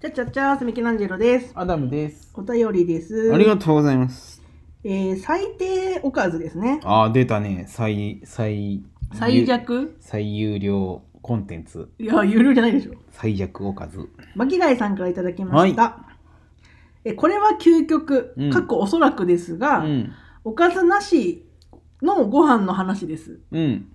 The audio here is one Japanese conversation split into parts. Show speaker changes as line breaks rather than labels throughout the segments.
ちゃちゃちゃーすミケランジェロです。
アダムです。
お便りです。
ありがとうございます。
えー、最低おかずですね。
ああ、出たね。最、最、
最。弱
最有料コンテンツ。
いや、有料じゃないでしょ。
最弱おかず。
巻貝さんからいただきました。えこれは究極
うん、
過去おそらくです
う
が、
ん。
おかずなしのご飯の話です。
うん。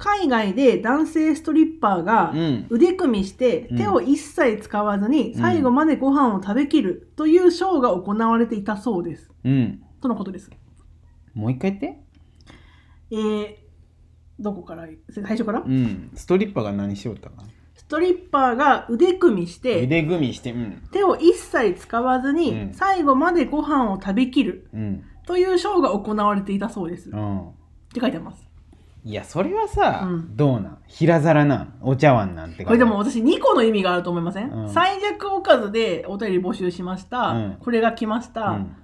海外で男性ストリッパーが
うん。
腕組みして
うん
手を一切使わずに
うん
最後までご飯を食べきるというショーが行われていたそうです。
うん。
とのことです。
もう一回言って。
えー、どこから最初から
うん。ストリッパーが何しよったかな。
ストリッパーが腕組みして
腕組みして、うん。
手を一切使わずに、
うん
最後までご飯を食べきる
うん。
というショーが行われていたそうです。
う
っ
ん。
て書いてます。
いや、それはさ、
うん
どうなん平皿なんお茶碗なんて
これでも、私2個の意味があると思いません、
うん
最弱おかずでお便り募集しました、
うん
これが来ました、
うん。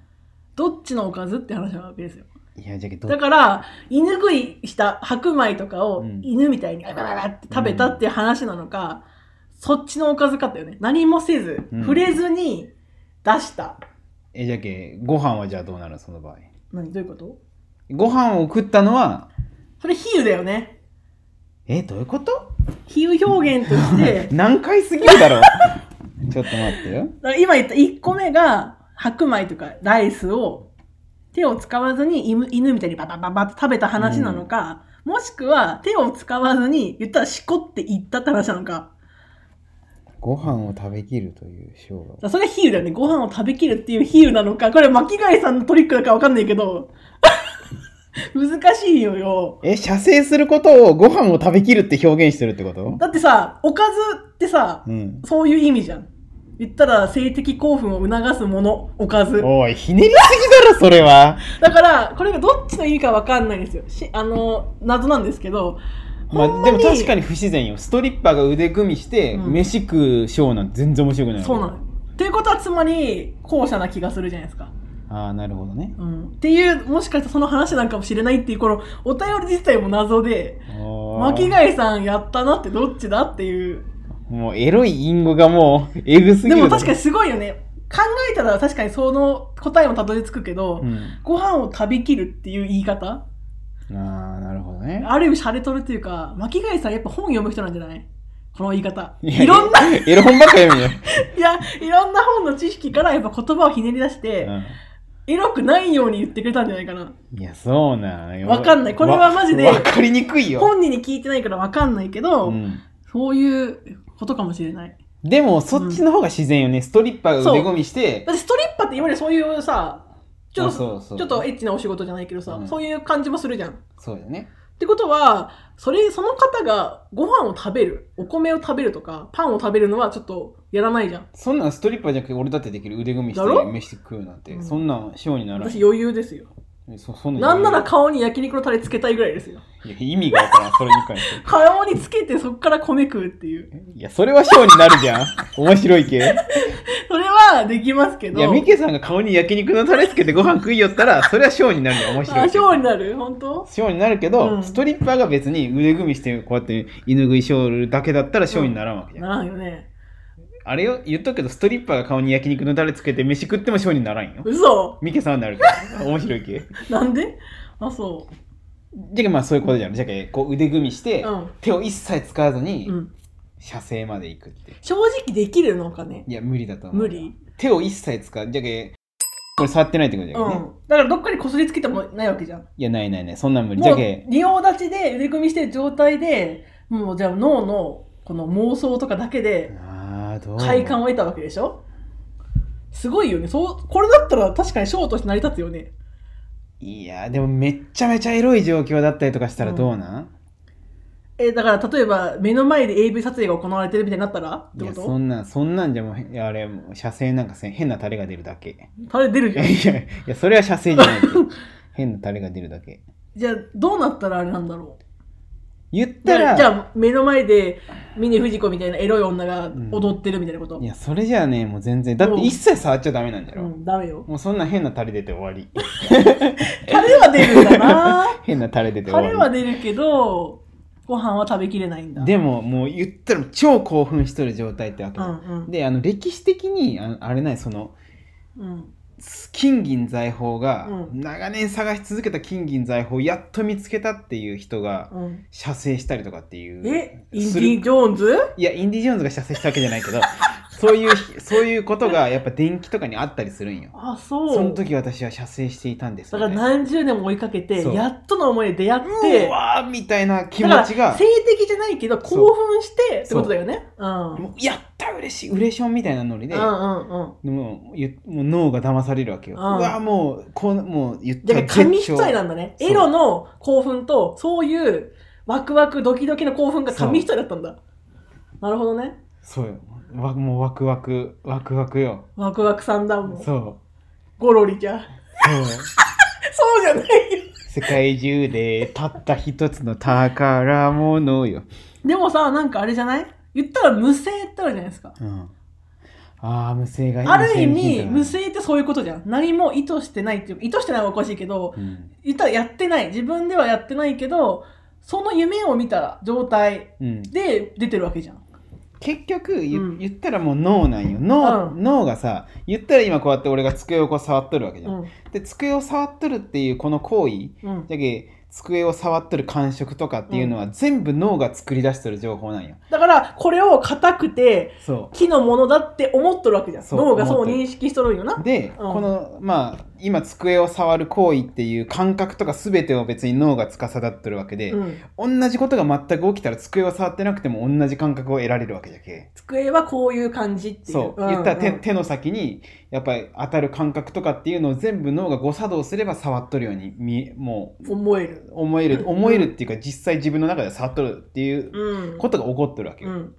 どっちのおかずって話なわけですよ
いや、じゃけど、
だから犬食いした白米とかを
うん
犬みたいにガガガガって食べたっていう話なのか、そっちのおかずかったよね何もせず、
うん
触れずに出した
え、じゃけ、ご飯はじゃあどうなるその場合。
何どういうこと
ご飯を食ったのは、
それ比喩だよね。
え、どういうこと
比喩表現として、
何回すぎるだろう ちょっと待ってよ。
今言った1個目が白米とかライスを手を使わずに犬犬みたいにババババって食べた話なのか、もしくは手を使わずに言ったらしこって言ったって話なのか。
ご飯を食べきるというショー
だか
が
らそれ比喩だよね。ご飯を食べきるっていう比喩なのか。これ巻貝さんのトリックだからわかんないけど。 難しいよよ。
え、射精することをご飯を食べきるって表現してるってこと
だってさ、おかずってさ
う、ん。
そういう意味じゃん。言ったら性的興奮を促すもの、おかず。
おい、ひねりすぎだろ、それは。
だからこれがどっちの意味かわかんないんですよしあの謎なんですけど
ま
ほん
あ、
ま
で
に、
も確かに不自然よ。ストリッパーが腕組みして、
うん
飯食うショーなんて全然面白くない。
そうなのっていうことはつまり後者な気がするじゃないですか、
ああ、なるほどね。
うん、っていうもしかしたらその話なんかもしれないっていうこのお便り自体も謎で
おー
巻貝さんやったなってどっちだっていう
もうエロい隠語がもう、えぐすぎ
で
る。
も確かにすごいよね考えたら確かにその答えもたどり着くけど、ご飯を食べきるっていう言い方
うん。ああ、なるほどね。
ある意味シャレとるっていうか巻貝さんやっぱ本読む人なんじゃないこの言い方
や
いろんな
エロ本ばっか読む よ。
いや、いろんな本の知識からやっぱ言葉をひねり出して、
うん
エロくないように言ってくれたんじゃないかな。
いや、そうなんよ
わかんないこれはマジで
わわかりにくいよ。
本人に聞いてないからわかんないけど、
うん
そういうことかもしれない。
でも、そっちの方が自然よね。ストリッパーが腕組みして、
だってストリッパって今までそういうさ、ちょ
あ
っと、
そうそう
ちょっとエッチなお仕事じゃないけどさ、
うん
そういう感じもするじゃん。っ
そうだね。
てことは、それ、その方がご飯を食べる、お米を食べるとか、パンを食べるのはちょっとやらないじゃん。
そんなんストリッパーじゃなくて、俺だってできる腕組みし
だろ
て飯食うなんて、
うん
そんなんショーにならん
私余裕ですよ。
そそん
なんなら
い
顔に焼肉のタレつけたいぐらいですよ。
や意味がわからん、それに関して。
顔につけてそっから米食うっていう。
いや、それはショーになるじゃん。面白いけ。
それはできますけど。
いや、ミケさんが顔に焼肉のタレつけてご飯食いよったら、それはショーになるじゃん。面白
あ、
いけ。
ショーになる本当
ショーになるけど、
うん
ストリッパーが別に腕組みして、こうやって犬食いショーだけだったらショーにならんわけじゃん
ならんよね。
あれよ、言っとくけど、ストリッパーが顔に焼肉のタレつけて飯食ってもショーにならんよ。
嘘
ミケさんはなるから。面白いけ。
なんであ、そ
じゃけまあそういうことじゃん。じゃけこう腕組みして、
うん
手を一切使わず
う。
に、
うん。
射精まで行くって。
正直できるのかね
いや、無理だと思う。
無理
手を一切使う。じゃけこれ触ってないってことだ
う
よね。
ん。だからどっかにこすりつけてもないわけじゃん。
いや、ないないない。そんなん無理。じ
も
ゃ
う
け、
利用立ちで腕組みしてる状態で、もうじゃあ脳のこの妄想とかだけで
あーどう
快感を得たわけでしょすごいよね。そう、これだったら確かにショーとして成り立つよね。
いや、でもめっちゃめちゃエロい状況だったりとかしたらどうなん、
え、だから例えば目の前で AV 撮影が行われてるみたいになったらって
い
こ
や、
と
そんなん、そんなんじゃもうへ、いやあれ、もう射精なんかせん変なタレが出るだけ。
タレ出る
い
じゃ
や
ん。
いや、いやそれは射精じ ゃないけど変なタレが出るだけ。
じゃあどうなったらあれなんだろう
言っ
じ
た
ゃ
ら、
あじゃあ目の前で峰不二子みたいなエロい女が踊ってるみたいなこと、
いや、それじゃあね、もう全然。だって一切触っちゃダメなんだ
う
ろ。
ん、ダメよ
もうそんな変なタレ出て終 わり。
タレは出るんだな
変なタレ出て
タレ
終
は
わり。
出るけどご飯は食べきれないんだ。
でももう言ったら超興奮しとる状態ってわけ
う
で,、
んうん。
であの歴史的にああれないその
うん。
金銀財宝が、
うん
長年探し続けた金銀財宝をやっと見つけたっていう人が
うん、
射精したりとかっていう
え、イン
す
デ
る
ィ・ジョーンズ
いやインディ・ジョーンズが射精したわけじゃない けどそういうそういうことがやっぱ電気とかにあったりするんよ
あ、そう。
その時私は射精していたんです
だ
よ
から
ね
何十年も追いかけて、
そう
やっとの思いで出会って、
うわーみたいな気持
だから
ちが
性的じゃないけど、興奮してってことだよね。うん。うん
もうやった嬉しい嬉しょんみたいなノリで、
うんうん。
でもゆもう脳が騙されるわけよ、
う
うんわもうこうもう言っ
だ
た
から紙
絶
一
頂
重なんだね。
そう
エロの興奮と、そういうワクワクドキドキの興奮が紙一重だったんだ。なるほどね。
そうよわもうワクワクワクワクよ
ワクワクさんだもん。
そう
ゴロリじゃん。
そう
そうじゃないよ。
世界中でたった一つの宝物よ、
でもさ、なんかあれじゃない言ったら無声ってあるじゃないですか。
うん、ああ無声がいい
ある意味、無
無声
声ってそういうことじゃん。何も意図してないっていう意図してないはおかしいけど、
に響い
言ったらやってない。自分ではやってないけど、その夢を見た状態
たうんうん、
で出てるわけじゃん。
結局言,、
うん
言ったらもう脳なんよ脳,、
う
脳がさ言ったら今こうやって俺が机をこう触っとるわけじゃ、
うんん。
で机を触っとるっていうこの行為
うん。
だけ机を触っとる感触とかっていうのは全部脳が作り出してる情報なんよ、
だから、これを硬くて、
そ
木のものだって思っとるわけじゃん。
そう
脳がそう
思っとる
認識しとるんよな。
で、
うん
このまあ今机を触る行為っていう感覚とか全てを別に脳が司ってるわけで、
うん。
同じことが全く起きたら机を触ってなくても同じ感覚を得られるわけじゃけ
机はこういう感じっていう。
そう、
ん
言ったら手,、
うん
手の先にやっぱり当たる感覚とかっていうのを全部脳が誤作動すれば触っとるように見えもう
思える。
思え
うん
る思えるっていうか実際自分の中で触っとるっていう
うん。
ことが起こってるわけ
う
よ、
ん。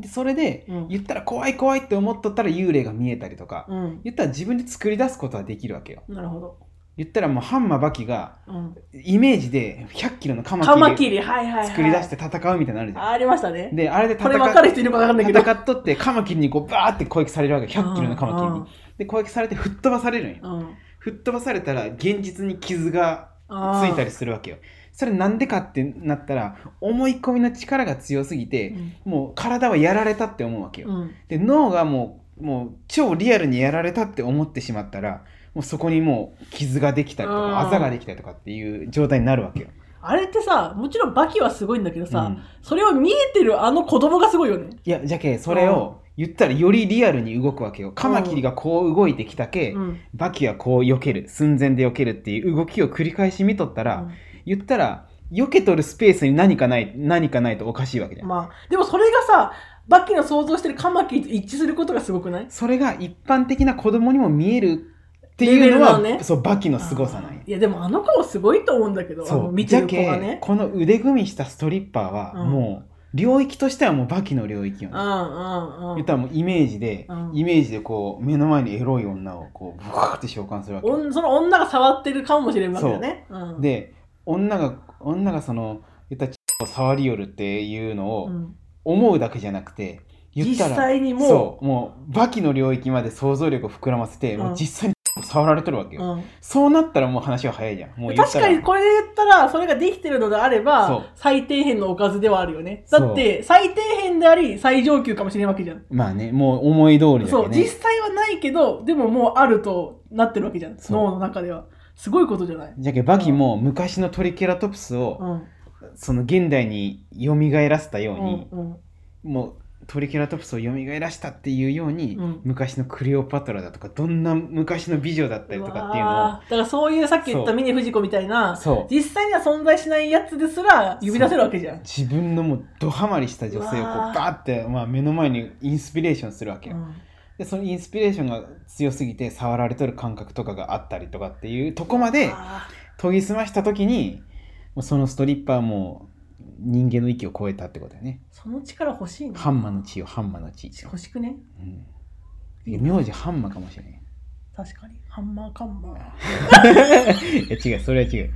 でそれで、
うん
言ったら怖い怖いって思っとったら幽霊が見えたりとか、
うん。
言ったら自分で作り出すことはできるわけよ
なるほど。
言ったらもうハンマーバキが
うん。
イメージで100キロの
カ
カ
マ
マ
キ
キリ
リ、はいはいはい。
作り出して戦うみたいになるじゃん、
ありましたね。
であれで
こ
戦
れ分かる人いるか分かんないけど。
戦っとってカマキリにこうバーって攻撃されるわけ100キロのカマキリにで攻撃されて吹っ飛ばされるんよ
うんうん
吹っ飛ばされたら現実に傷がつ
あー
いたりするわけよそれなんでかってなったら思い込みの力が強すぎてもう体はやられたって思うわけよ
うんうん
で脳がもうもう超リアルにやられたって思ってしまったらもうそこにもう傷ができたりと
うん
かあざができたりとかっていう状態になるわけよ。
あれってさ、もちろんバキはすごいんだけどさ、
うん
それを見えてるあの子供がすごいよね。
いやじゃけそれを言ったらよりリアルに動くわけよ。カマキリがこう動いてきたけ、
うん。
バキはこう避ける寸前で避けるっていう動きを繰り返し見とったら、言ったら避けとるスペースに何かない何かないとおかしいわけじゃん。
まあ、でもそれがさ、バキの想像してるカマキリと一致することがすごくない
それが一般的な子供にも見えるっていうのは
レベルのね
そうバキの凄さなんよ
あー。いや、でもあの子はすごいと思うんだけど、あ
そ
の
う
見
じ
て
ゃ
る子
け
がね。
この腕組みしたストリッパーは
うん
もう領域としてはもうバキの領域よ
うんうん
ね、
う
言っ
ん
たらもうイメージで、
うん
イメージでこう目の前にエロい女をこうブワーって召喚するわけ
おん。その女が触ってるかもしれませんよね。うん、
で女が女がその言ったらチッを触りよるっていうの
う
を
ん
思うだけじゃなくて言
実
ったら
際にも
そうもうバキの領域まで想像力を膨らませて、
うん
もう実際にチッを触られてるわけ
う
よ、
ん、
そうなったらもう話は早いじゃんもう言っ
確
たら
かにこれで言ったらそれができてるのであれ
そ
ば
う
最底辺のおかずではあるよねだ
そう
って最底辺であり最上級かもしれんわけじゃん、
まあねもう思い通りだけ
そう
どね
実際はないけどでももうあるとなってるわけじゃん
そう
脳の中ではすごいことじゃない、
じゃけバキも昔のトリケラトプス
う
を
ん
その現代に蘇らせたように、
うん
もうトリケラトプスを蘇らしたっていうように、
うん
昔のクレオパトラだとかどんな昔の美女だったりとかっていう
う
の
わーだからそういうさっき言った
そう
峰不二子みたい
を
な
そう
実際には存在しないやつですら呼び出せるわけじゃん
自分のもうドハマりした女性をこ
うわー
うバーって、まあ、目の前にインスピレーションするわけよ、
うん
でそのインスピレーションが強すぎて触られとる感覚とかがあったりとかっていうとこまで
あ
研ぎ澄ました時にもうそのストリッパーも人間の域を超えたってことだよね
ーその力欲しいね
ハンマの血よ、ハンマの血。
欲しくね
うん。名字ハンマかもしれない。
確かにハンマーカンマー
いや違う、それは違う。